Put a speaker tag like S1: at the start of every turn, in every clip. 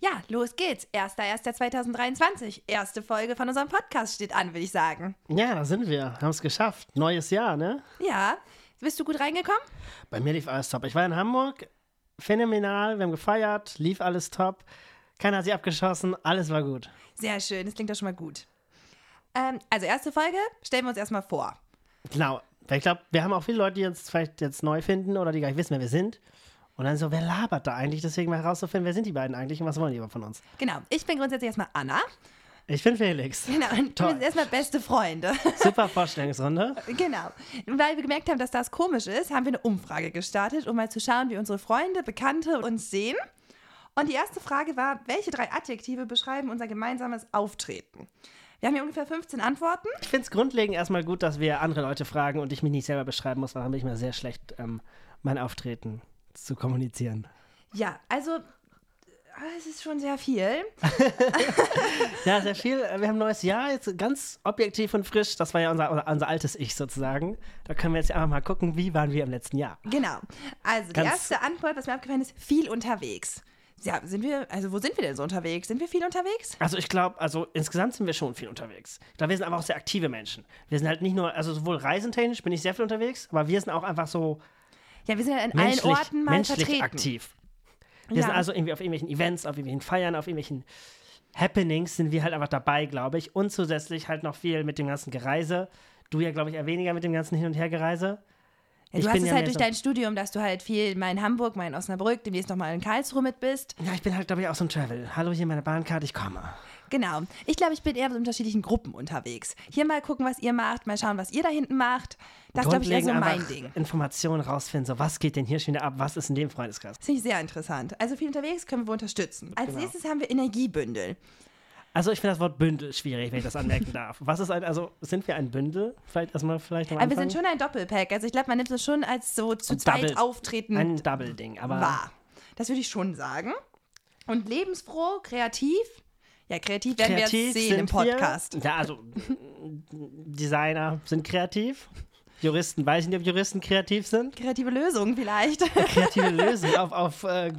S1: Ja, los geht's. 1.1.2023. Erste Folge von unserem Podcast steht an, würde ich sagen.
S2: Ja, da sind wir. Haben es geschafft. Neues Jahr, ne?
S1: Ja. Bist du gut reingekommen?
S2: Bei mir lief alles top. Ich war in Hamburg. Phänomenal. Wir haben gefeiert. Lief alles top. Keiner hat sie abgeschossen. Alles war gut.
S1: Sehr schön. Das klingt doch schon mal gut. Ähm, also, erste Folge stellen wir uns erstmal vor.
S2: Genau. Weil ich glaube, wir haben auch viele Leute, die uns vielleicht jetzt neu finden oder die gar nicht wissen, wer wir sind. Und dann so, wer labert da eigentlich? Deswegen mal herauszufinden, wer sind die beiden eigentlich und was wollen die überhaupt von uns?
S1: Genau. Ich bin grundsätzlich erstmal Anna.
S2: Ich bin Felix.
S1: Genau. Und wir
S2: Toll.
S1: sind erstmal beste Freunde.
S2: Super Vorstellungsrunde.
S1: Genau. Und weil wir gemerkt haben, dass das komisch ist, haben wir eine Umfrage gestartet, um mal zu schauen, wie unsere Freunde, Bekannte uns sehen. Und die erste Frage war, welche drei Adjektive beschreiben unser gemeinsames Auftreten? Wir haben hier ungefähr 15 Antworten.
S2: Ich finde es grundlegend erstmal gut, dass wir andere Leute fragen und ich mich nicht selber beschreiben muss, weil dann bin ich mal sehr schlecht, ähm, mein Auftreten zu kommunizieren.
S1: Ja, also äh, es ist schon sehr viel.
S2: Ja, sehr viel. Äh, Wir haben ein neues Jahr, jetzt ganz objektiv und frisch. Das war ja unser, unser, unser altes Ich sozusagen. Da können wir jetzt einfach mal gucken, wie waren wir im letzten Jahr.
S1: Genau. Also die
S2: Ganz-
S1: erste Antwort, was mir aufgefallen ist, viel unterwegs. Ja, sind wir, also wo sind wir denn so unterwegs? Sind wir viel unterwegs?
S2: Also ich glaube, also insgesamt sind wir schon viel unterwegs. Da wir sind aber auch sehr aktive Menschen. Wir sind halt nicht nur, also sowohl reisentechnisch bin ich sehr viel unterwegs, aber wir sind auch einfach so
S1: Ja, wir sind ja in allen
S2: menschlich,
S1: Orten mal
S2: menschlich
S1: vertreten.
S2: aktiv. Wir sind
S1: Ja.
S2: also irgendwie auf irgendwelchen Events, auf irgendwelchen Feiern, auf irgendwelchen Happenings sind wir halt einfach dabei, glaube ich. Und zusätzlich halt noch viel mit dem ganzen Gereise. Du ja, glaube ich, eher weniger mit dem ganzen Hin- und Hergereise.
S1: Ja,
S2: Ich
S1: du hast
S2: bin
S1: es
S2: ja
S1: halt
S2: mehr
S1: durch
S2: so-
S1: dein Studium, dass du halt viel mal in Hamburg, mal in Osnabrück, demnächst nochmal in Karlsruhe mit bist.
S2: Ja, ich bin halt, glaube ich, auch so ein Travel. Hallo, hier meine Bahnkarte, ich komme.
S1: Genau. Ich glaube, ich bin eher mit unterschiedlichen Gruppen unterwegs. Hier mal gucken, was ihr macht, mal schauen, was ihr da hinten macht. Das glaube ich eher so
S2: Grundlegend
S1: mein
S2: einfach
S1: Ding.
S2: Informationen rausfinden, so was geht denn hier schon wieder ab, was ist in dem Freundeskreis.
S1: Das finde ich sehr interessant. Also viel unterwegs können wir unterstützen. Als
S2: Genau.
S1: nächstes haben wir Energiebündel.
S2: Also ich finde das Wort Bündel schwierig, wenn ich das anmerken darf. Was ist ein, also sind wir ein Bündel? Vielleicht erstmal vielleicht am
S1: Aber Äh, wir
S2: Anfang?
S1: sind schon ein Doppelpack. Also ich glaube, man nimmt es schon als so zu zweit
S2: Double.
S1: auftreten
S2: ein Double-Ding, aber
S1: wahr. Das würde ich schon sagen. Und lebensfroh, kreativ. Ja, kreativ werden wir
S2: kreativ
S1: jetzt sehen im
S2: sind
S1: Podcast.
S2: Wir, ja, also Designer sind kreativ. Juristen, weiß ich nicht, ob Juristen kreativ sind.
S1: Kreative Lösungen vielleicht.
S2: Kreative Lösungen auf, auf äh,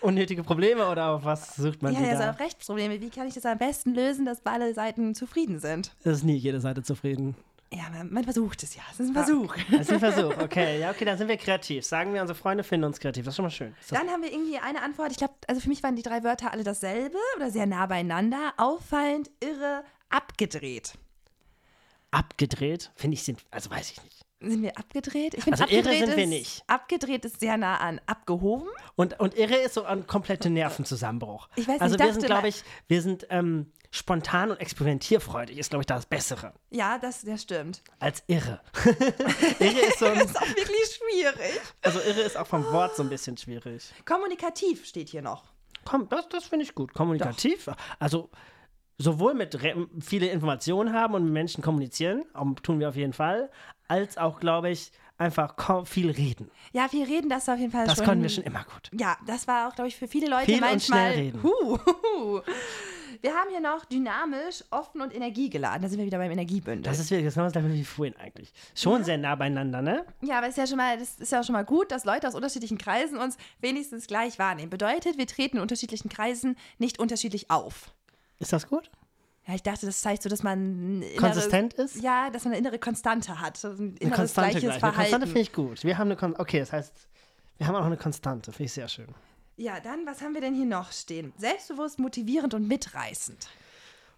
S2: unnötige Probleme oder auf was sucht man
S1: Ja,
S2: die
S1: ja,
S2: da?
S1: also auch Rechtsprobleme. Wie kann ich das am besten lösen, dass beide Seiten zufrieden sind?
S2: Es ist nie jede Seite zufrieden.
S1: Ja, man, man versucht es ja. Es ist ein Versuch.
S2: Ah, Das ist ein Versuch, okay. Ja, okay, dann sind wir kreativ. Sagen wir, unsere Freunde finden uns kreativ. Das ist schon mal schön. Ist das-
S1: Dann haben wir irgendwie eine Antwort. Ich glaube, also für mich waren die drei Wörter alle dasselbe oder sehr nah beieinander. Auffallend, irre, abgedreht.
S2: abgedreht, finde ich, sind, also weiß ich nicht.
S1: Sind wir abgedreht? Ich finde,
S2: Also irre
S1: abgedreht
S2: sind wir
S1: ist,
S2: nicht.
S1: Abgedreht ist sehr nah an abgehoben.
S2: Und, und irre ist so ein kompletter Nervenzusammenbruch.
S1: Ich weiß nicht,
S2: also
S1: ich
S2: wir
S1: dachte
S2: sind,
S1: mal-
S2: glaube ich, wir sind ähm, spontan und experimentierfreudig, ist, glaube ich, das Bessere
S1: Ja, das, das stimmt.
S2: als irre. irre ist so ein,
S1: Das ist auch wirklich schwierig.
S2: also irre ist auch vom Wort so ein bisschen schwierig.
S1: Kommunikativ steht hier noch.
S2: Komm, das, das finde ich gut. Kommunikativ, also sowohl mit re- viele Informationen haben und mit Menschen kommunizieren, um, tun wir auf jeden Fall, als auch, glaube ich, einfach ko- viel reden.
S1: Ja, viel reden, das war auf jeden Fall
S2: Das konnten wir schon immer gut.
S1: Ja, das war auch, glaube ich, für viele Leute
S2: Viel und
S1: manchmal.
S2: schnell reden.
S1: Huh, huh. Wir haben hier noch dynamisch, offen und energiegeladen. Da sind wir wieder beim Energiebündel.
S2: Das ist wirklich genau das gleiche wie vorhin eigentlich. Schon sehr nah beieinander, ne?
S1: ja, aber ist ja schon mal, das ist ja auch schon mal gut, dass Leute aus unterschiedlichen Kreisen uns wenigstens gleich wahrnehmen. Bedeutet, wir treten in unterschiedlichen Kreisen nicht unterschiedlich auf.
S2: Ist das gut?
S1: Ja, ich dachte, das zeigt so, dass man ein inneres-
S2: Konsistent ist?
S1: Ja, dass man eine innere Konstante hat, so ein
S2: Eine
S1: inneres
S2: Konstante
S1: gleiches
S2: gleich. Eine
S1: Verhalten.
S2: Konstante finde ich gut. Wir haben eine Konstante. Okay, das heißt, wir haben auch eine Konstante. Finde ich sehr schön.
S1: ja, dann was haben wir denn hier noch stehen? Selbstbewusst, motivierend und mitreißend.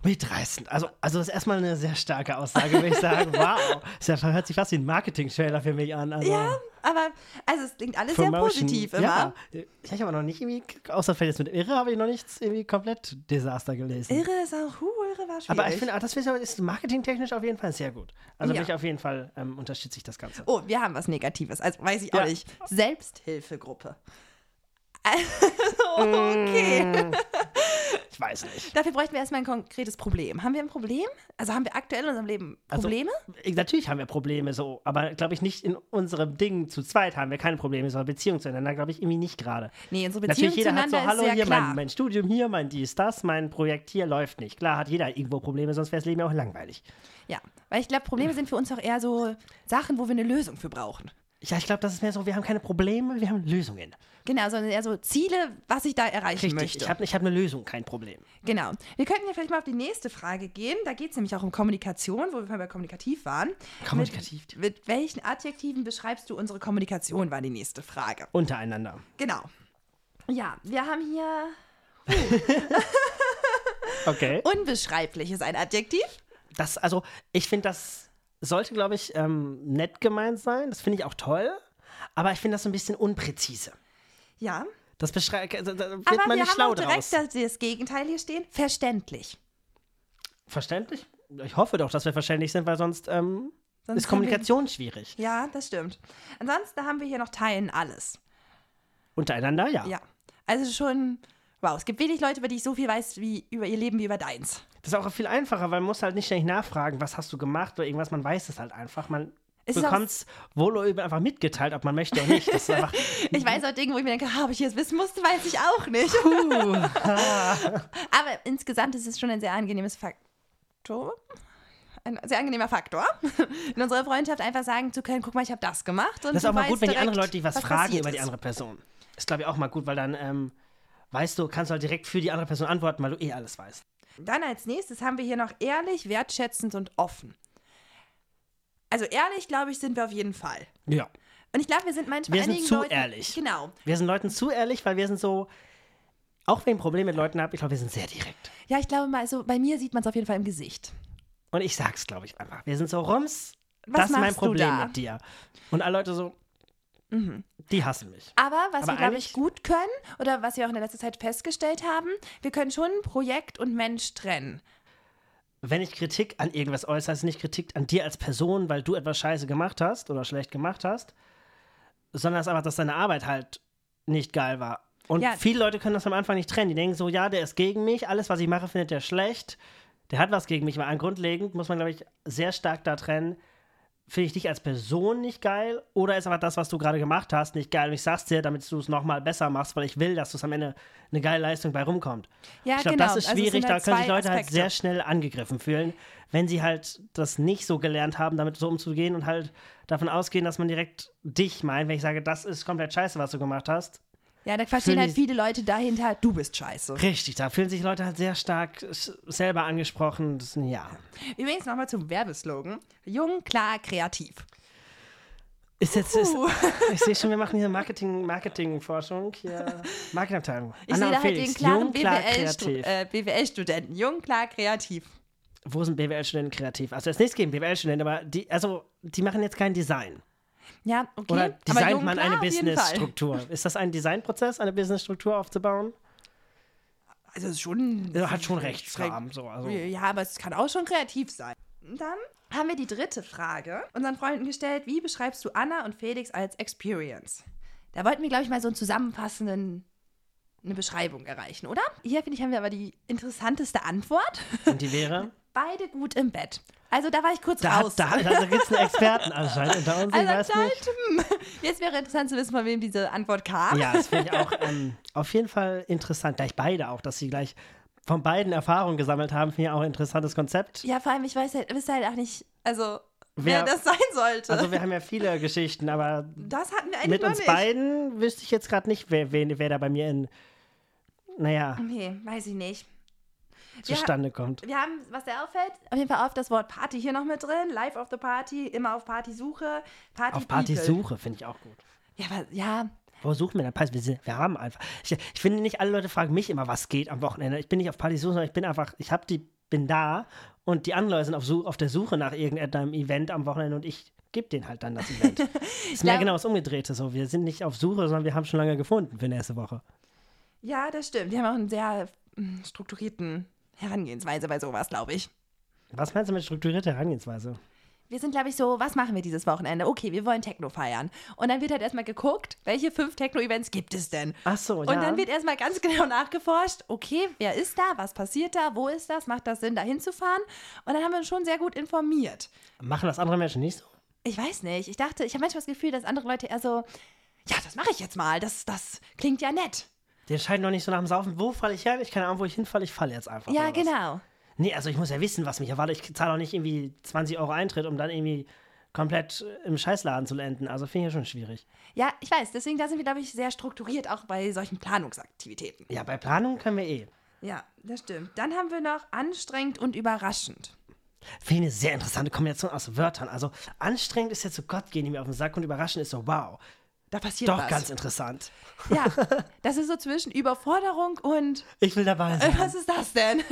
S2: Mitreißend. Also, also das ist erstmal eine sehr starke Aussage, würde ich sagen. Wow. Das hört sich fast wie ein Marketing-Trailer für mich an. Also,
S1: Ja, aber also es klingt alles sehr
S2: Promotion.
S1: positiv immer.
S2: Ja. Ich habe aber noch nicht irgendwie, außer vielleicht jetzt mit Irre, habe ich noch nichts irgendwie komplett Desaster gelesen.
S1: Irre ist auch, huh, irre war schwierig.
S2: aber ich finde, ah, das finde ich- ist marketingtechnisch auf jeden Fall sehr gut. Also
S1: Ja.
S2: mich auf jeden Fall ähm, unterstützt sich das Ganze.
S1: oh, wir haben was Negatives, also weiß ich auch
S2: Ja.
S1: nicht. Selbsthilfegruppe.
S2: Mm.
S1: Also, okay.
S2: Ich weiß nicht.
S1: Dafür bräuchten wir erstmal ein konkretes Problem. Haben wir ein Problem? Also haben wir aktuell in unserem Leben
S2: Also-
S1: Probleme?
S2: Ich- Natürlich haben wir Probleme so, aber glaube ich nicht in unserem Ding zu zweit haben wir keine Probleme, sondern Beziehung zueinander, glaube ich, irgendwie nicht gerade.
S1: nee, unsere Beziehung
S2: Natürlich jeder hat
S1: zueinander
S2: so, hallo,
S1: ist sehr
S2: hier
S1: klar.
S2: mein, mein Studium hier, mein dies, das, mein Projekt hier läuft nicht. Klar hat jeder irgendwo Probleme, sonst wäre das Leben ja auch langweilig.
S1: ja, weil ich glaube, Probleme sind für uns auch eher so Sachen, wo wir eine Lösung für brauchen.
S2: Ja, ich glaube, das ist mehr so, wir haben keine Probleme, wir haben Lösungen.
S1: Genau, sondern eher so Ziele, was ich da erreichen
S2: Richtig,
S1: möchte.
S2: ich habe ich hab eine Lösung, kein Problem.
S1: Genau. Wir könnten ja vielleicht mal auf die nächste Frage gehen. Da geht es nämlich auch um Kommunikation, wo wir vorhin bei kommunikativ waren.
S2: Kommunikativ.
S1: Mit, mit welchen Adjektiven beschreibst du unsere Kommunikation, war die nächste Frage.
S2: Untereinander.
S1: Genau. Ja, wir haben hier
S2: Okay.
S1: unbeschreiblich ist ein Adjektiv.
S2: Das, also, ich finde, das sollte, glaube ich, ähm, nett gemeint sein. Das finde ich auch toll. Aber ich finde das so ein bisschen unpräzise.
S1: Ja.
S2: Das beschreibt, da da wird
S1: Aber
S2: man
S1: wir
S2: nicht
S1: haben
S2: schlau
S1: auch direkt
S2: draus.
S1: das, das Gegenteil hier stehen. Verständlich.
S2: Verständlich? Ich hoffe doch, dass wir verständlich sind, weil sonst, ähm,
S1: Sonst
S2: ist Kommunikation schwierig.
S1: Ja, das stimmt. Ansonsten haben wir hier noch Teilen alles.
S2: Untereinander, ja.
S1: Ja. Also schon, wow, es gibt wenig Leute, über die ich so viel weiß, wie über ihr Leben wie über deins.
S2: Das ist auch viel einfacher, weil man muss halt nicht ständig nachfragen, was hast du gemacht oder irgendwas. Man weiß es halt einfach. Man
S1: Es ist auch-
S2: bekommt es wohl oder übel einfach mitgeteilt, ob man möchte oder nicht. Das ist einfach,
S1: Ich weiß auch Dinge, wo ich mir denke, ah, ob ich jetzt wissen musste, weiß ich auch nicht. Aber insgesamt ist es schon ein sehr angenehmes Faktor. Ein sehr angenehmer Faktor. In unserer Freundschaft einfach sagen zu können, guck mal, ich habe das gemacht. Und
S2: das ist
S1: du
S2: auch mal
S1: weißt
S2: gut, wenn die
S1: direkt,
S2: anderen Leute dich was, fragen
S1: passiert
S2: über die
S1: ist.
S2: andere Person. Ist, glaube ich, auch mal gut, weil dann, ähm, weißt du, kannst du halt direkt für die andere Person antworten, weil du eh alles weißt.
S1: Dann als nächstes haben wir hier noch ehrlich, wertschätzend und offen. Also ehrlich, glaube ich, sind wir auf jeden Fall.
S2: Ja.
S1: Und ich glaube, wir sind manchmal
S2: Wir sind
S1: einigen
S2: zu
S1: Leuten,
S2: ehrlich.
S1: Genau.
S2: Wir sind Leuten zu ehrlich, weil wir sind so, auch wenn ich ein Problem mit Leuten habe, ich glaube, wir sind sehr direkt.
S1: Ja, ich glaube mal, also bei mir sieht man es auf jeden Fall im Gesicht.
S2: Und ich sag's, glaube ich, einfach. Wir sind so rums.
S1: Was
S2: das ist mein
S1: machst du
S2: Problem
S1: da? Mhm.
S2: mit dir. Und alle Leute so, die hassen mich.
S1: Aber was
S2: Aber
S1: wir, glaube
S2: eigentlich-
S1: ich, gut können oder was wir auch in der letzten Zeit festgestellt haben, wir können schon Projekt und Mensch trennen.
S2: Wenn ich Kritik an irgendwas äußere, ist nicht Kritik an dir als Person, weil du etwas scheiße gemacht hast oder schlecht gemacht hast, sondern es ist einfach, dass deine Arbeit halt nicht geil war. Und
S1: Ja.
S2: viele Leute können das am Anfang nicht trennen. Die denken so, ja, der ist gegen mich, alles, was ich mache, findet der schlecht. Der hat was gegen mich, weil grundlegend muss man, glaube ich, sehr stark da trennen, finde ich dich als Person nicht geil oder ist aber das, was du gerade gemacht hast, nicht geil und ich sag's dir, damit du es nochmal besser machst, weil ich will, dass du es am Ende eine geile Leistung bei rumkommt.
S1: Ja,
S2: ich glaube,
S1: genau.
S2: das ist
S1: Also es
S2: schwierig,
S1: sind
S2: da
S1: halt
S2: können sich
S1: zwei
S2: Leute halt
S1: Aspekte.
S2: sehr schnell angegriffen fühlen, wenn sie halt das nicht so gelernt haben, damit so umzugehen und halt davon ausgehen, dass man direkt dich meint, wenn ich sage, das ist komplett scheiße, was du gemacht hast.
S1: Ja, da verstehen
S2: Fühlen
S1: halt
S2: die-
S1: viele Leute dahinter, du bist scheiße.
S2: Richtig, da fühlen sich Leute halt sehr stark s- selber angesprochen. Das, ja.
S1: Übrigens nochmal zum Werbeslogan. Jung, klar, kreativ.
S2: Ist jetzt, ist, ich sehe schon, wir machen hier Marketing, Marketingforschung, hier Marketingabteilung.
S1: Ich sehe
S2: Anna und
S1: da halt den
S2: Felix,
S1: klaren
S2: jung, klar,
S1: BWL-Stu-
S2: kreativ.
S1: äh, BWL-Studenten. Jung, klar, kreativ.
S2: Wo sind BWL-Studenten kreativ? Also, das nichts gegen BWL-Studenten, aber die, also, die machen jetzt kein Design.
S1: Ja, okay.
S2: Oder
S1: Aber
S2: designt
S1: jung,
S2: man
S1: klar,
S2: eine
S1: auf jeden Fall.
S2: Businessstruktur? Ist das ein Designprozess, eine Businessstruktur aufzubauen?
S1: Also es ist schon.
S2: Also hat schon Rechtsrahmen. So, also.
S1: Ja, aber es kann auch schon kreativ sein. Dann haben wir die dritte Frage unseren Freunden gestellt. Wie beschreibst du Anna und Felix als Experience? Da wollten wir, glaube ich, mal so einen zusammenfassenden eine Beschreibung erreichen, oder? Hier, finde ich, haben wir aber die interessanteste Antwort.
S2: Und die wäre?
S1: Beide gut im Bett. Also da war ich kurz
S2: Da,
S1: raus.
S2: hat- da, da gibt es einen Experten anscheinend unter uns, ich
S1: also
S2: weiß nicht.
S1: anscheinend, hm, jetzt wäre interessant zu wissen, von wem diese Antwort kam.
S2: Ja, das finde ich auch ähm, auf jeden Fall interessant. Gleich beide auch, dass sie gleich von beiden Erfahrungen gesammelt haben, finde ich auch ein interessantes Konzept.
S1: Ja, vor allem, ich weiß halt, wisst halt auch nicht, also wer,
S2: Wer-
S1: das sein sollte.
S2: Also wir haben ja viele Geschichten, aber
S1: das hatten wir eigentlich
S2: mit
S1: noch
S2: uns
S1: nicht.
S2: beiden wüsste ich jetzt gerade nicht, wer, wen, wer da bei mir in, naja,
S1: Nee, Hm, weiß ich nicht.
S2: zustande kommt.
S1: Wir haben, was dir auffällt, auf jeden Fall auf das Wort Party hier noch mit drin. Live of the Party, immer auf Partysuche. Party People.
S2: Auf Partysuche finde ich auch gut.
S1: Ja, aber, ja,
S2: Wo suchen wir denn Partys? Wir, sind, wir haben einfach. Ich, ich finde nicht, alle Leute fragen mich immer, was geht am Wochenende. Ich bin nicht auf Partys suchen, sondern ich bin einfach, ich hab die, bin da und die anderen Leute sind auf, Such- auf der Suche nach irgendeinem Event am Wochenende und ich gebe denen halt dann das Event. ist mehr
S1: glaub-
S2: genau das Umgedrehte so. Wir sind nicht auf Suche, sondern wir haben schon lange gefunden für nächste Woche.
S1: ja, das stimmt. Wir haben auch einen sehr mm, strukturierten Herangehensweise bei sowas, glaube ich.
S2: Was meinst du mit strukturierter Herangehensweise?
S1: Wir sind, glaube ich, so, was machen wir dieses Wochenende? Okay, wir wollen Techno feiern. Und dann wird halt erstmal geguckt, welche fünf Techno-Events gibt es denn?
S2: Ach so,
S1: Und
S2: ja.
S1: dann wird erstmal ganz genau nachgeforscht, okay, wer ist da, was passiert da, wo ist das, macht das Sinn, da hinzufahren? Und dann haben wir uns schon sehr gut informiert.
S2: Machen das andere Menschen nicht so?
S1: Ich weiß nicht. Ich dachte, ich habe manchmal das Gefühl, dass andere Leute eher so, ja, das mache ich jetzt mal. Das, das klingt ja nett.
S2: Die entscheiden doch nicht so nach dem Saufen, wo falle ich her? Ich keine Ahnung, wo ich hinfalle, ich falle jetzt einfach.
S1: ja,
S2: oder was?
S1: genau.
S2: Nee, also ich muss ja wissen, was mich erwartet. Ich zahle auch nicht irgendwie 20 Euro Eintritt, um dann irgendwie komplett im Scheißladen zu landen. Also finde ich ja schon schwierig.
S1: Ja, ich weiß. Deswegen, da sind wir, glaube ich, sehr strukturiert, auch bei solchen Planungsaktivitäten.
S2: Ja, bei Planung können wir eh.
S1: Ja, das stimmt. Dann haben wir noch anstrengend und überraschend.
S2: Finde ich eine sehr interessante Kombination aus Wörtern. Also anstrengend ist ja zu Gott gehen, die mir auf den Sack und überraschend ist so, wow.
S1: Da passiert
S2: Doch
S1: was.
S2: ganz interessant.
S1: Ja, das ist so zwischen Überforderung und
S2: Ich will dabei
S1: äh,
S2: sein.
S1: was ist das denn?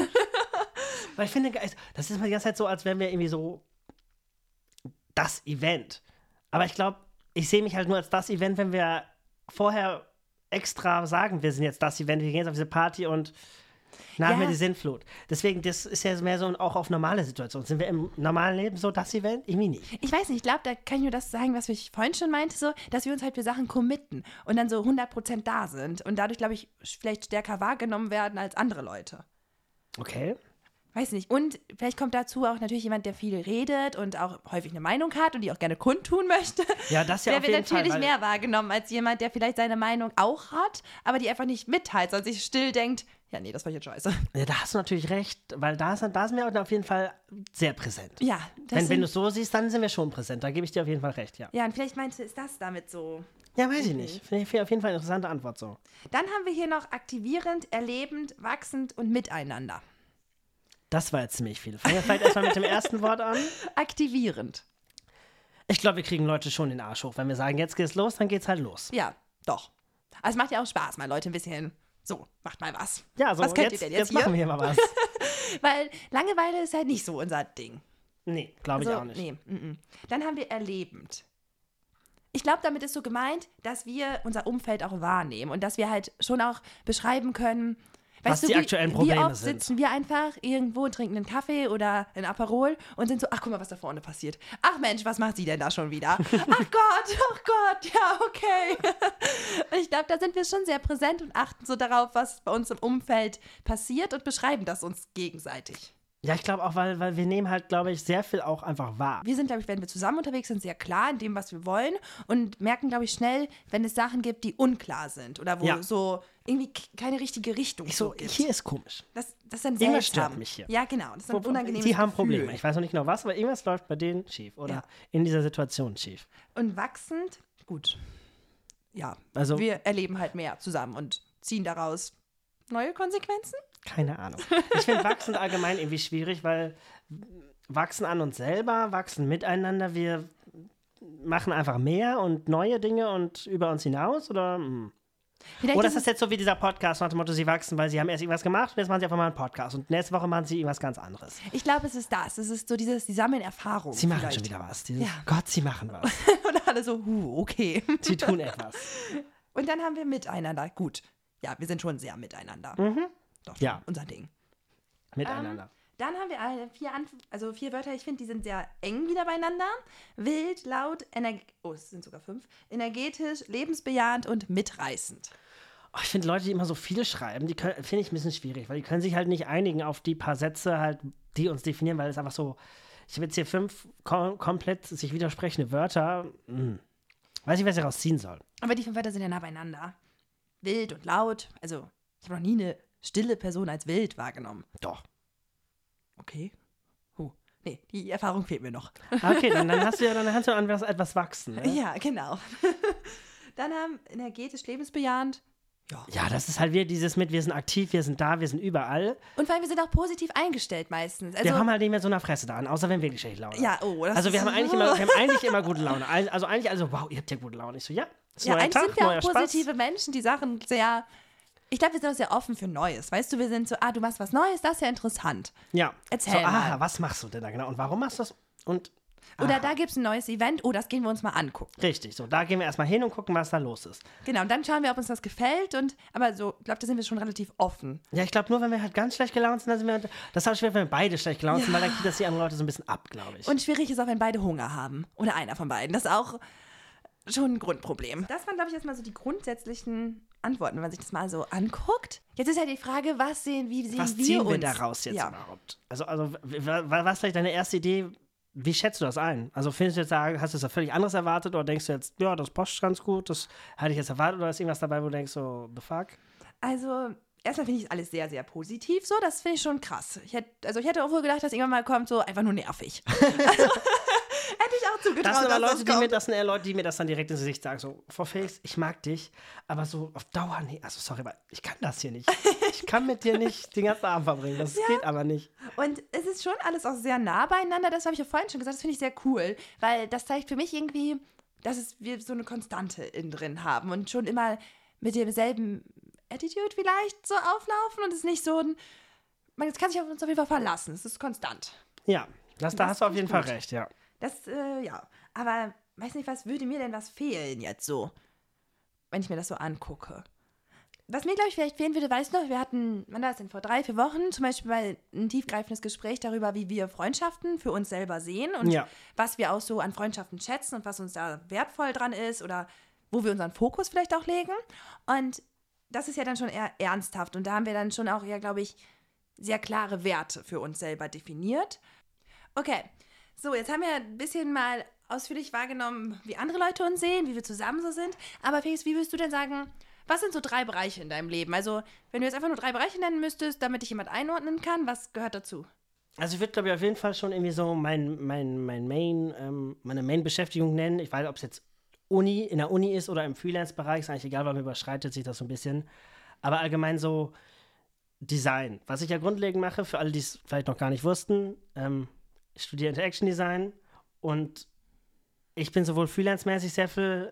S2: Weil ich finde, das ist mal die ganze Zeit so, als wären wir irgendwie so das Event. Aber ich glaube, ich sehe mich halt nur als das Event, wenn wir vorher extra sagen, wir sind jetzt das Event, wir gehen jetzt auf diese Party und nach
S1: Ja.
S2: mir die Sinnflut. Deswegen, das ist ja mehr so ein- auch auf normale Situationen. Sind wir im normalen Leben so das Event? Irgendwie nicht.
S1: Ich weiß nicht, ich glaube, da kann ich nur das sagen, was ich vorhin schon meinte, so, dass wir uns halt für Sachen committen und dann so 100% da sind und dadurch, glaube ich, vielleicht stärker wahrgenommen werden als andere Leute.
S2: Okay.
S1: Weiß nicht. Und vielleicht kommt dazu auch natürlich jemand, der viel redet und auch häufig eine Meinung hat und die auch gerne kundtun möchte.
S2: Ja, das ja
S1: Der
S2: auf
S1: wird
S2: jeden Fall,
S1: natürlich
S2: weil-
S1: mehr wahrgenommen als jemand, der vielleicht seine Meinung auch hat, aber die einfach nicht mitteilt, sondern sich still denkt, ja, nee, das war jetzt scheiße.
S2: Ja, da hast du natürlich recht, weil da, ist, da sind wir auf jeden Fall sehr präsent.
S1: Ja, das
S2: wenn wenn
S1: sind-
S2: du es so siehst, dann sind wir schon präsent. Da gebe ich dir auf jeden Fall recht, ja.
S1: Ja, und vielleicht meinte ist das damit so.
S2: Ja, weiß ich nicht. Finde ich auf jeden Fall eine interessante Antwort so.
S1: Dann haben wir hier noch aktivierend, erlebend, wachsend und miteinander.
S2: Das war jetzt ziemlich viel. Fangen wir vielleicht erstmal mit dem ersten Wort an.
S1: Aktivierend.
S2: Ich glaube, wir kriegen Leute schon den Arsch hoch. Wenn wir sagen, jetzt geht's los, dann geht's halt los.
S1: Ja, doch. Also es macht ja auch Spaß, mal Leute ein bisschen. So, macht mal was.
S2: Ja, so
S1: was könnt
S2: jetzt,
S1: ihr denn jetzt,
S2: machen
S1: hier?
S2: wir mal was.
S1: Weil Langeweile ist halt nicht so unser Ding.
S2: Nee, glaube ich
S1: Also,
S2: auch nicht.
S1: nee, mm, mm. Dann haben wir erlebend. Ich glaube, damit ist so gemeint, dass wir unser Umfeld auch wahrnehmen und dass wir halt schon auch beschreiben können, weißt
S2: Was
S1: du,
S2: die
S1: wie,
S2: aktuellen
S1: wie
S2: Probleme
S1: oft
S2: sind.
S1: sitzen wir einfach irgendwo und trinken einen Kaffee oder ein Aperol und sind so, ach guck mal, was da vorne passiert. Ach Mensch, was macht sie denn da schon wieder? Ach Gott, ach Gott, ja, okay. ich glaube, da sind wir schon sehr präsent und achten so darauf, was bei uns im Umfeld passiert und beschreiben das uns gegenseitig.
S2: Ja, ich glaube auch, weil, weil wir nehmen halt, glaube ich, sehr viel auch einfach wahr.
S1: Wir sind, glaube ich, wenn wir zusammen unterwegs sind, sehr klar in dem, was wir wollen und merken, glaube ich, schnell, wenn es Sachen gibt, die unklar sind oder wo
S2: Ja.
S1: so irgendwie k- keine richtige Richtung
S2: Ich so,
S1: gibt.
S2: hier ist komisch.
S1: das, das ist dann
S2: Irgendwas
S1: seltsam.
S2: stört mich hier.
S1: Ja, genau. Das ist ein unangenehmes
S2: Die haben
S1: Gefühl.
S2: Probleme. Ich weiß noch nicht genau was, aber irgendwas läuft bei denen schief oder
S1: Ja.
S2: in dieser Situation schief.
S1: Und wachsend, gut. Ja,
S2: Also-
S1: wir erleben halt mehr zusammen und ziehen daraus neue Konsequenzen.
S2: Keine Ahnung. Ich finde Wachsen allgemein irgendwie schwierig, weil wachsen an uns selber, wachsen miteinander, wir machen einfach mehr und neue Dinge und über uns hinaus oder? hm.
S1: Vielleicht
S2: Oder
S1: ist
S2: ist das jetzt so wie dieser Podcast nach dem Motto, sie wachsen, weil sie haben erst irgendwas gemacht und jetzt machen sie einfach mal einen Podcast und nächste Woche machen sie irgendwas ganz anderes.
S1: es, ich glaube, es ist das. Es ist so dieses, die sammeln Erfahrung.
S2: Sie machen
S1: vielleicht.
S2: schon wieder was. Dieses,
S1: Ja.
S2: Gott, sie machen was.
S1: Und alle so, huh, okay.
S2: Sie tun etwas.
S1: Und dann haben wir miteinander. Gut. Ja, wir sind schon sehr miteinander. Doch,
S2: Ja.
S1: unser Ding.
S2: Ähm, Miteinander.
S1: Ähm, Dann haben wir alle vier, Anf also vier Wörter, ich finde, die sind sehr eng wieder beieinander. Wild, laut, energ oh, es sind sogar fünf. energetisch, lebensbejahend und mitreißend.
S2: Oh, ich finde Leute, die immer so viel schreiben, die können- finde ich ein bisschen schwierig, weil die können sich halt nicht einigen auf die paar Sätze, halt, die uns definieren, weil es einfach so. Ich habe jetzt hier fünf kom komplett sich widersprechende Wörter. Hm. Weiß ich, was ich rausziehen soll.
S1: Aber die fünf Wörter sind ja nah beieinander. Wild und laut. Also, ich habe noch nie eine stille Person als wild wahrgenommen.
S2: Doch.
S1: Okay. Huh. Nee, die Erfahrung fehlt mir noch.
S2: Ah, Okay, dann, dann hast du ja dann hast du an was, etwas wachsen. Ne?
S1: Ja, genau. Dann haben energetisch, lebensbejahend. Ja.
S2: Ja, das ist halt wieder dieses mit, wir sind aktiv, wir sind da, wir sind überall.
S1: Und vor allem, wir sind auch positiv eingestellt meistens. Also,
S2: wir haben halt nicht mehr so eine Fresse daran, außer wenn wirklich schlechte Laune. ist.
S1: ja, oh, das
S2: Also wir
S1: ist-
S2: haben eigentlich immer, wir haben eigentlich immer gute Laune. Also also eigentlich, also wow, ihr habt ja gute Laune. Ich so, ja, ist
S1: Ja,
S2: neuer
S1: eigentlich
S2: Tag,
S1: sind wir
S2: neuer
S1: auch
S2: Spaß.
S1: positive Menschen, die Sachen sehr. Ich glaube, wir sind auch sehr offen für Neues. Weißt du, wir sind so, ah, du machst was Neues, das ist ja interessant.
S2: Ja.
S1: Erzähl
S2: so,
S1: mal.
S2: aha, was machst du denn da genau? Und warum machst du das? Und
S1: Oder
S2: aha,
S1: da gibt es ein neues Event, oh, das gehen wir uns mal angucken.
S2: richtig, so, da gehen wir erstmal hin und gucken, was da los ist.
S1: Genau, und dann schauen wir, ob uns das gefällt. Und, aber so, ich glaube, da sind wir schon relativ offen.
S2: Ja, ich glaube, nur wenn wir halt ganz schlecht gelaunt sind, dann sind wir. Das habe ich schwer, wenn wir beide schlecht gelaunt sind, weil dann geht das die anderen Leute so ein bisschen ab, glaube ich.
S1: Und schwierig ist auch, wenn beide Hunger haben. Oder einer von beiden. Das ist auch schon ein Grundproblem. Das waren, glaube ich, erstmal so die grundsätzlichen Antworten, wenn man sich das mal so anguckt. Jetzt ist ja die Frage, was sehen, wie sehen
S2: was
S1: wir
S2: ziehen wir,
S1: uns?
S2: daraus jetzt
S1: Ja.
S2: überhaupt? Also, also w- wa- wa- was vielleicht deine erste Idee? Wie schätzt du das ein? Also findest du jetzt, da- hast du das völlig anderes erwartet oder denkst du jetzt, ja, das passt ganz gut, das hatte ich jetzt erwartet oder ist irgendwas dabei, wo du denkst, so, the fuck?
S1: Also, erstmal finde ich alles sehr, sehr positiv. So, das finde ich schon krass. Ich hätte, also, ich hätte auch wohl gedacht, dass irgendwann mal kommt, so einfach nur nervig. also, hätte ich auch zugetraut,
S2: Das sind
S1: dass
S2: aber Leute,
S1: das
S2: die mir
S1: kommt.
S2: das sind eher Leute, die mir das dann direkt ins Gesicht sagen. So, Frau Felix, ich mag dich, aber so auf Dauer, nee, also sorry, aber ich kann das hier nicht. Ich kann mit dir nicht den ganzen Abend verbringen. Das geht aber nicht.
S1: Und es ist schon alles auch sehr nah beieinander. Das habe ich ja vorhin schon gesagt. Das finde ich sehr cool, weil das zeigt für mich irgendwie, dass es wir so eine Konstante innen drin haben und schon immer mit demselben Attitude vielleicht so auflaufen und es ist nicht so ein. Man kann sich auf uns auf jeden Fall verlassen. Es ist konstant.
S2: Ja, das, da
S1: Das
S2: hast du auf
S1: finde
S2: jeden
S1: ich
S2: Fall
S1: gut.
S2: recht, ja.
S1: Das, äh, ja. Aber weiß nicht, was würde mir denn was fehlen jetzt so, wenn ich mir das so angucke? Was mir, glaube ich, vielleicht fehlen würde, weißt du noch, wir hatten, wann war das denn, vor drei, vier Wochen zum Beispiel mal ein tiefgreifendes Gespräch darüber, wie wir Freundschaften für uns selber sehen und
S2: Ja.
S1: was wir auch so an Freundschaften schätzen und was uns da wertvoll dran ist oder wo wir unseren Fokus vielleicht auch legen. Und das ist ja dann schon eher ernsthaft und da haben wir dann schon auch, ja, glaube ich, sehr klare Werte für uns selber definiert. Okay, so, jetzt haben wir ein bisschen mal ausführlich wahrgenommen, wie andere Leute uns sehen, wie wir zusammen so sind. Aber Felix, wie würdest du denn sagen, was sind so drei Bereiche in deinem Leben? Also, wenn du jetzt einfach nur drei Bereiche nennen müsstest, damit dich jemand einordnen kann, was gehört dazu?
S2: Also ich würde, glaube ich, auf jeden Fall schon irgendwie so mein, mein, mein Main, ähm, meine Main-Beschäftigung nennen. Ich weiß, ob es jetzt Uni, in der Uni ist oder im Freelance-Bereich, ist eigentlich egal, weil man überschreitet sich das so ein bisschen. Aber allgemein so Design. Was ich ja grundlegend mache, für alle, die es vielleicht noch gar nicht wussten, ähm, ich studiere Interaction Design und ich bin sowohl freelance-mäßig sehr viel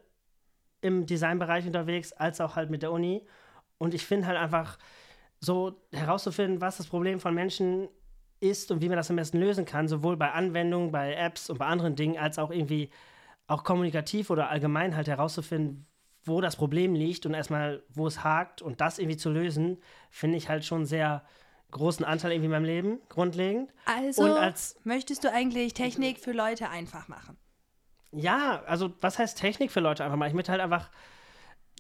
S2: im Designbereich unterwegs, als auch halt mit der Uni. Und ich finde halt einfach so herauszufinden, was das Problem von Menschen ist und wie man das am besten lösen kann, sowohl bei Anwendungen, bei Apps und bei anderen Dingen, als auch irgendwie auch kommunikativ oder allgemein halt herauszufinden, wo das Problem liegt und erstmal, wo es hakt und das irgendwie zu lösen, finde ich halt schon einen sehr großen Anteil irgendwie in meinem Leben, grundlegend.
S1: Also,
S2: Und als-
S1: möchtest du eigentlich Technik für Leute einfach machen?
S2: Ja, also was heißt Technik für Leute einfach mal? Ich möchte halt einfach,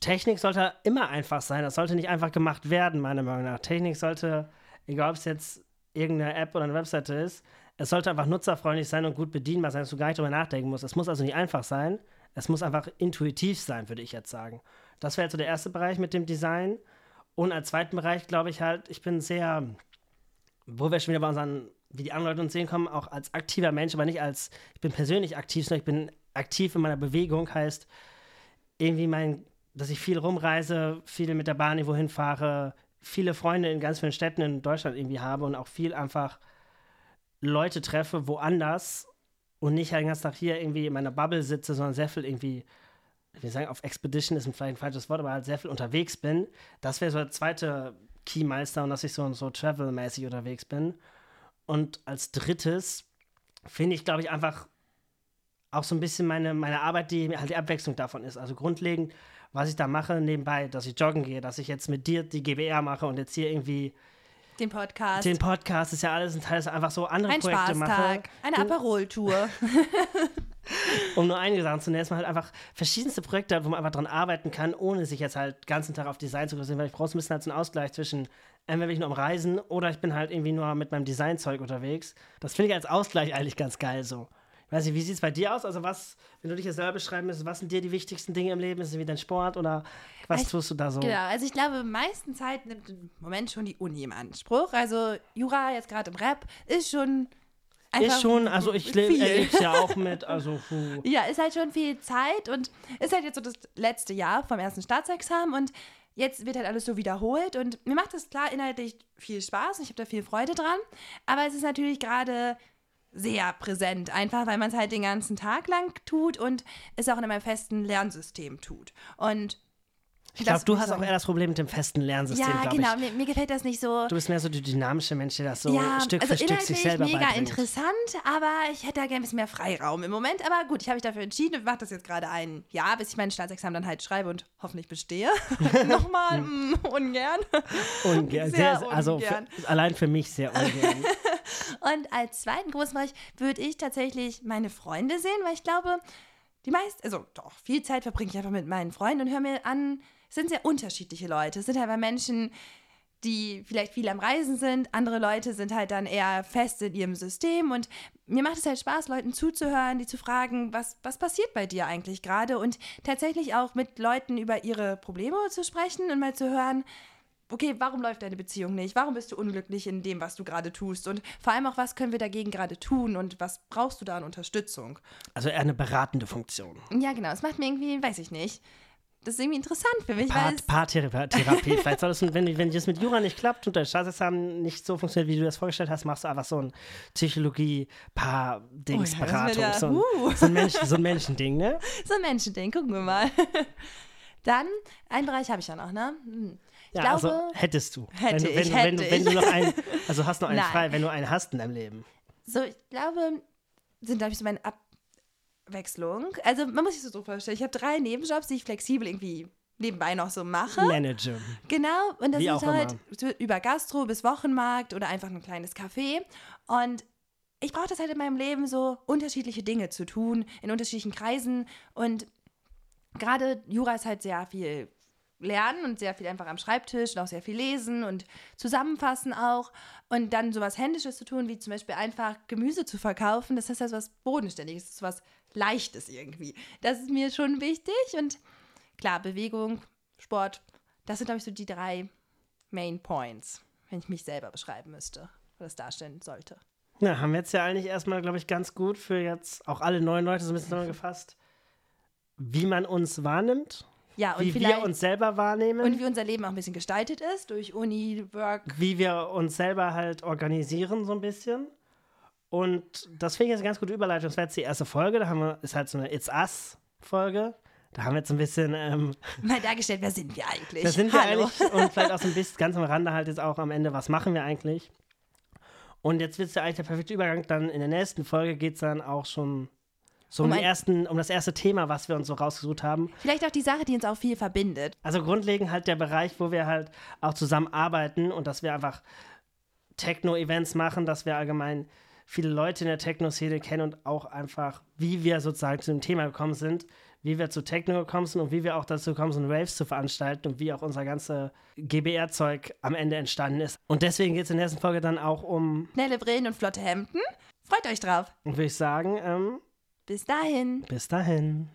S2: Technik sollte immer einfach sein. Das sollte nicht einfach gemacht werden, meiner Meinung nach. Technik sollte, egal ob es jetzt irgendeine App oder eine Webseite ist, es sollte einfach nutzerfreundlich sein und gut bedienbar sein, dass du gar nicht drüber nachdenken musst. Es muss also nicht einfach sein. Es muss einfach intuitiv sein, würde ich jetzt sagen. Das wäre jetzt so der erste Bereich mit dem Design. Und als zweiten Bereich glaube ich halt, ich bin sehr, wo wir schon wieder bei unseren, wie die anderen Leute uns sehen kommen, auch als aktiver Mensch, aber nicht als, ich bin persönlich aktiv, sondern ich bin aktiv in meiner Bewegung, heißt irgendwie mein, dass ich viel rumreise, viel mit der Bahn irgendwo hinfahre, viele Freunde in ganz vielen Städten in Deutschland irgendwie habe und auch viel einfach Leute treffe woanders und nicht halt den ganzen Tag hier irgendwie in meiner Bubble sitze, sondern sehr viel irgendwie, wir sagen auf Expedition ist ein vielleicht ein falsches Wort, aber halt sehr viel unterwegs bin. Das wäre so der zweite Keymeister und dass ich so, so travel-mäßig unterwegs bin. Und als drittes finde ich, glaube ich, einfach auch so ein bisschen meine, meine Arbeit, die halt die Abwechslung davon ist. Also grundlegend, was ich da mache nebenbei, dass ich joggen gehe, dass ich jetzt mit dir die GBR mache und jetzt hier irgendwie
S1: Den Podcast,
S2: den Podcast, ist ja alles ein Teil, dass ich einfach so andere
S1: ein
S2: Projekte Oh. mache.
S1: Spaßtag, eine Aperol-Tour.
S2: Um nur einige Sachen zu nennen, dass man halt einfach verschiedenste Projekte hat, wo man einfach dran arbeiten kann, ohne sich jetzt halt den ganzen Tag auf Design zu konzentrieren, weil ich brauche so ein bisschen halt so einen Ausgleich zwischen, entweder bin ich nur am Reisen oder ich bin halt irgendwie nur mit meinem Designzeug unterwegs. Das finde ich als Ausgleich eigentlich ganz geil so. Ich weiß nicht, wie sieht es bei dir aus? Also was, wenn du dich jetzt selber beschreiben müsstest, was sind dir die wichtigsten Dinge im Leben? Ist es wie dein Sport oder was
S1: Ich-
S2: tust du da so?
S1: Genau, also ich glaube, meisten Zeit nimmt im Moment schon die Uni im Anspruch. Also Jura jetzt gerade im Rap ist schon einfach
S2: Ist schon, also ich
S1: viel.
S2: lebe es ja auch mit, also puh.
S1: Ja, ist halt schon viel Zeit und ist halt jetzt so das letzte Jahr vom ersten Staatsexamen und jetzt wird halt alles so wiederholt und mir macht das klar inhaltlich viel Spaß und ich habe da viel Freude dran, aber es ist natürlich gerade sehr präsent, einfach weil man es halt den ganzen Tag lang tut und es auch in einem festen Lernsystem tut. Und
S2: ich glaube, du hast auch eher das Problem mit dem festen Lernsystem,
S1: Ja,
S2: glaube ich.
S1: genau, mir, mir gefällt das nicht so.
S2: Du bist mehr so die dynamische Mensch, der das so Stück für
S1: also
S2: Stück sich
S1: inhaltlich
S2: selber
S1: mega
S2: beibringt.
S1: interessant, aber ich hätte da gerne ein bisschen mehr Freiraum im Moment. Aber gut, ich habe mich dafür entschieden und mache das jetzt gerade ein Jahr, bis ich mein Staatsexamen dann halt schreibe und hoffentlich bestehe. Nochmal, mm, ungern.
S2: Ungern.
S1: Sehr
S2: Sehr, also für,
S1: ungern.
S2: allein für mich sehr ungern.
S1: Und als zweiten großen Bereich würde ich tatsächlich meine Freunde sehen, weil ich glaube, die meisten, also doch, viel Zeit verbringe ich einfach mit meinen Freunden und höre mir an, es sind sehr unterschiedliche Leute. Es sind halt mal Menschen, die vielleicht viel am Reisen sind, andere Leute sind halt dann eher fest in ihrem System und mir macht es halt Spaß, Leuten zuzuhören, die zu fragen, was, was passiert bei dir eigentlich gerade und tatsächlich auch mit Leuten über ihre Probleme zu sprechen und mal zu hören, okay, warum läuft deine Beziehung nicht? Warum bist du unglücklich in dem, was du gerade tust? Und vor allem auch, was können wir dagegen gerade tun und was brauchst du da an Unterstützung?
S2: Also eher eine beratende Funktion.
S1: Ja, genau. Es macht mir irgendwie, weiß ich nicht. Das ist irgendwie interessant für mich, weil
S2: Paar-
S1: es,
S2: Paartherapie. Vielleicht solltest du, wenn, wenn das mit Jura nicht klappt und dein Staatsexamen nicht so funktioniert, wie du das vorgestellt hast, machst du einfach so ein
S1: Oh
S2: Psychologie-Paar-Dings-Beratung.
S1: ja, das
S2: so,
S1: wär ja-
S2: ein-
S1: uh.
S2: so, ein Mensch, so ein Menschending, ne?
S1: so ein Menschending. Gucken wir mal. Dann, einen Bereich habe ich ja noch, ne? Hm. Ich
S2: Ja,
S1: glaube,
S2: also hättest du.
S1: Hätte
S2: wenn, du- wenn,
S1: ich,
S2: du- wenn,
S1: hätte
S2: du, wenn du
S1: ich.
S2: noch einen, also hast noch einen
S1: Nein.
S2: frei, wenn du einen hast in deinem Leben.
S1: so, ich glaube, sind, glaube ich, so meine Abwechslung. Also, man muss sich so so vorstellen. Ich habe drei Nebenjobs, die ich flexibel irgendwie nebenbei noch so mache.
S2: Manager.
S1: Genau, und das
S2: Wie
S1: ist
S2: auch
S1: halt so über Gastro bis Wochenmarkt oder einfach ein kleines Café. Und ich brauche das halt in meinem Leben so unterschiedliche Dinge zu tun, in unterschiedlichen Kreisen. Und gerade Jura ist halt sehr viel lernen und sehr viel einfach am Schreibtisch und auch sehr viel lesen und zusammenfassen auch. Und dann sowas Händisches zu tun, wie zum Beispiel einfach Gemüse zu verkaufen, das ist ja sowas Bodenständiges, das ist was Leichtes irgendwie. Das ist mir schon wichtig und klar, Bewegung, Sport, das sind, glaube ich, so die drei Main Points, wenn ich mich selber beschreiben müsste oder das darstellen sollte.
S2: Na, haben wir jetzt ja eigentlich erstmal, glaube ich, ganz gut für jetzt auch alle neuen Leute so ein bisschen zusammengefasst, wie man uns wahrnimmt,
S1: Ja, und
S2: wie
S1: vielleicht
S2: wir uns selber wahrnehmen.
S1: und wie unser Leben auch ein bisschen gestaltet ist durch Uni, Work.
S2: wie wir uns selber halt organisieren, so ein bisschen. Und das finde ich jetzt eine ganz gute Überleitung. Das war jetzt die erste Folge. Da haben wir, ist halt so eine It's Us-Folge. Da haben wir jetzt so ein bisschen, ähm,
S1: Mal dargestellt, wer sind wir eigentlich?
S2: da sind wir
S1: Hallo.
S2: eigentlich und vielleicht auch so ein bisschen ganz am Rande halt jetzt auch am Ende, was machen wir eigentlich? Und jetzt wird es ja eigentlich der perfekte Übergang. Dann in der nächsten Folge geht es dann auch schon so um,
S1: Um
S2: den
S1: ein-
S2: ersten, um das erste Thema, was wir uns so rausgesucht haben.
S1: Vielleicht auch die Sache, die uns auch viel verbindet.
S2: Also grundlegend halt der Bereich, wo wir halt auch zusammenarbeiten und dass wir einfach Techno-Events machen, dass wir allgemein viele Leute in der Techno-Szene kennen und auch einfach, wie wir sozusagen zu dem Thema gekommen sind, wie wir zu Techno gekommen sind und wie wir auch dazu gekommen sind, Raves zu veranstalten und wie auch unser ganze GBR-Zeug am Ende entstanden ist. Und deswegen geht es in der nächsten Folge dann auch um,
S1: Schnelle Brillen und flotte Hemden. Freut euch drauf.
S2: würde ich sagen, ähm,
S1: Bis dahin.
S2: bis dahin.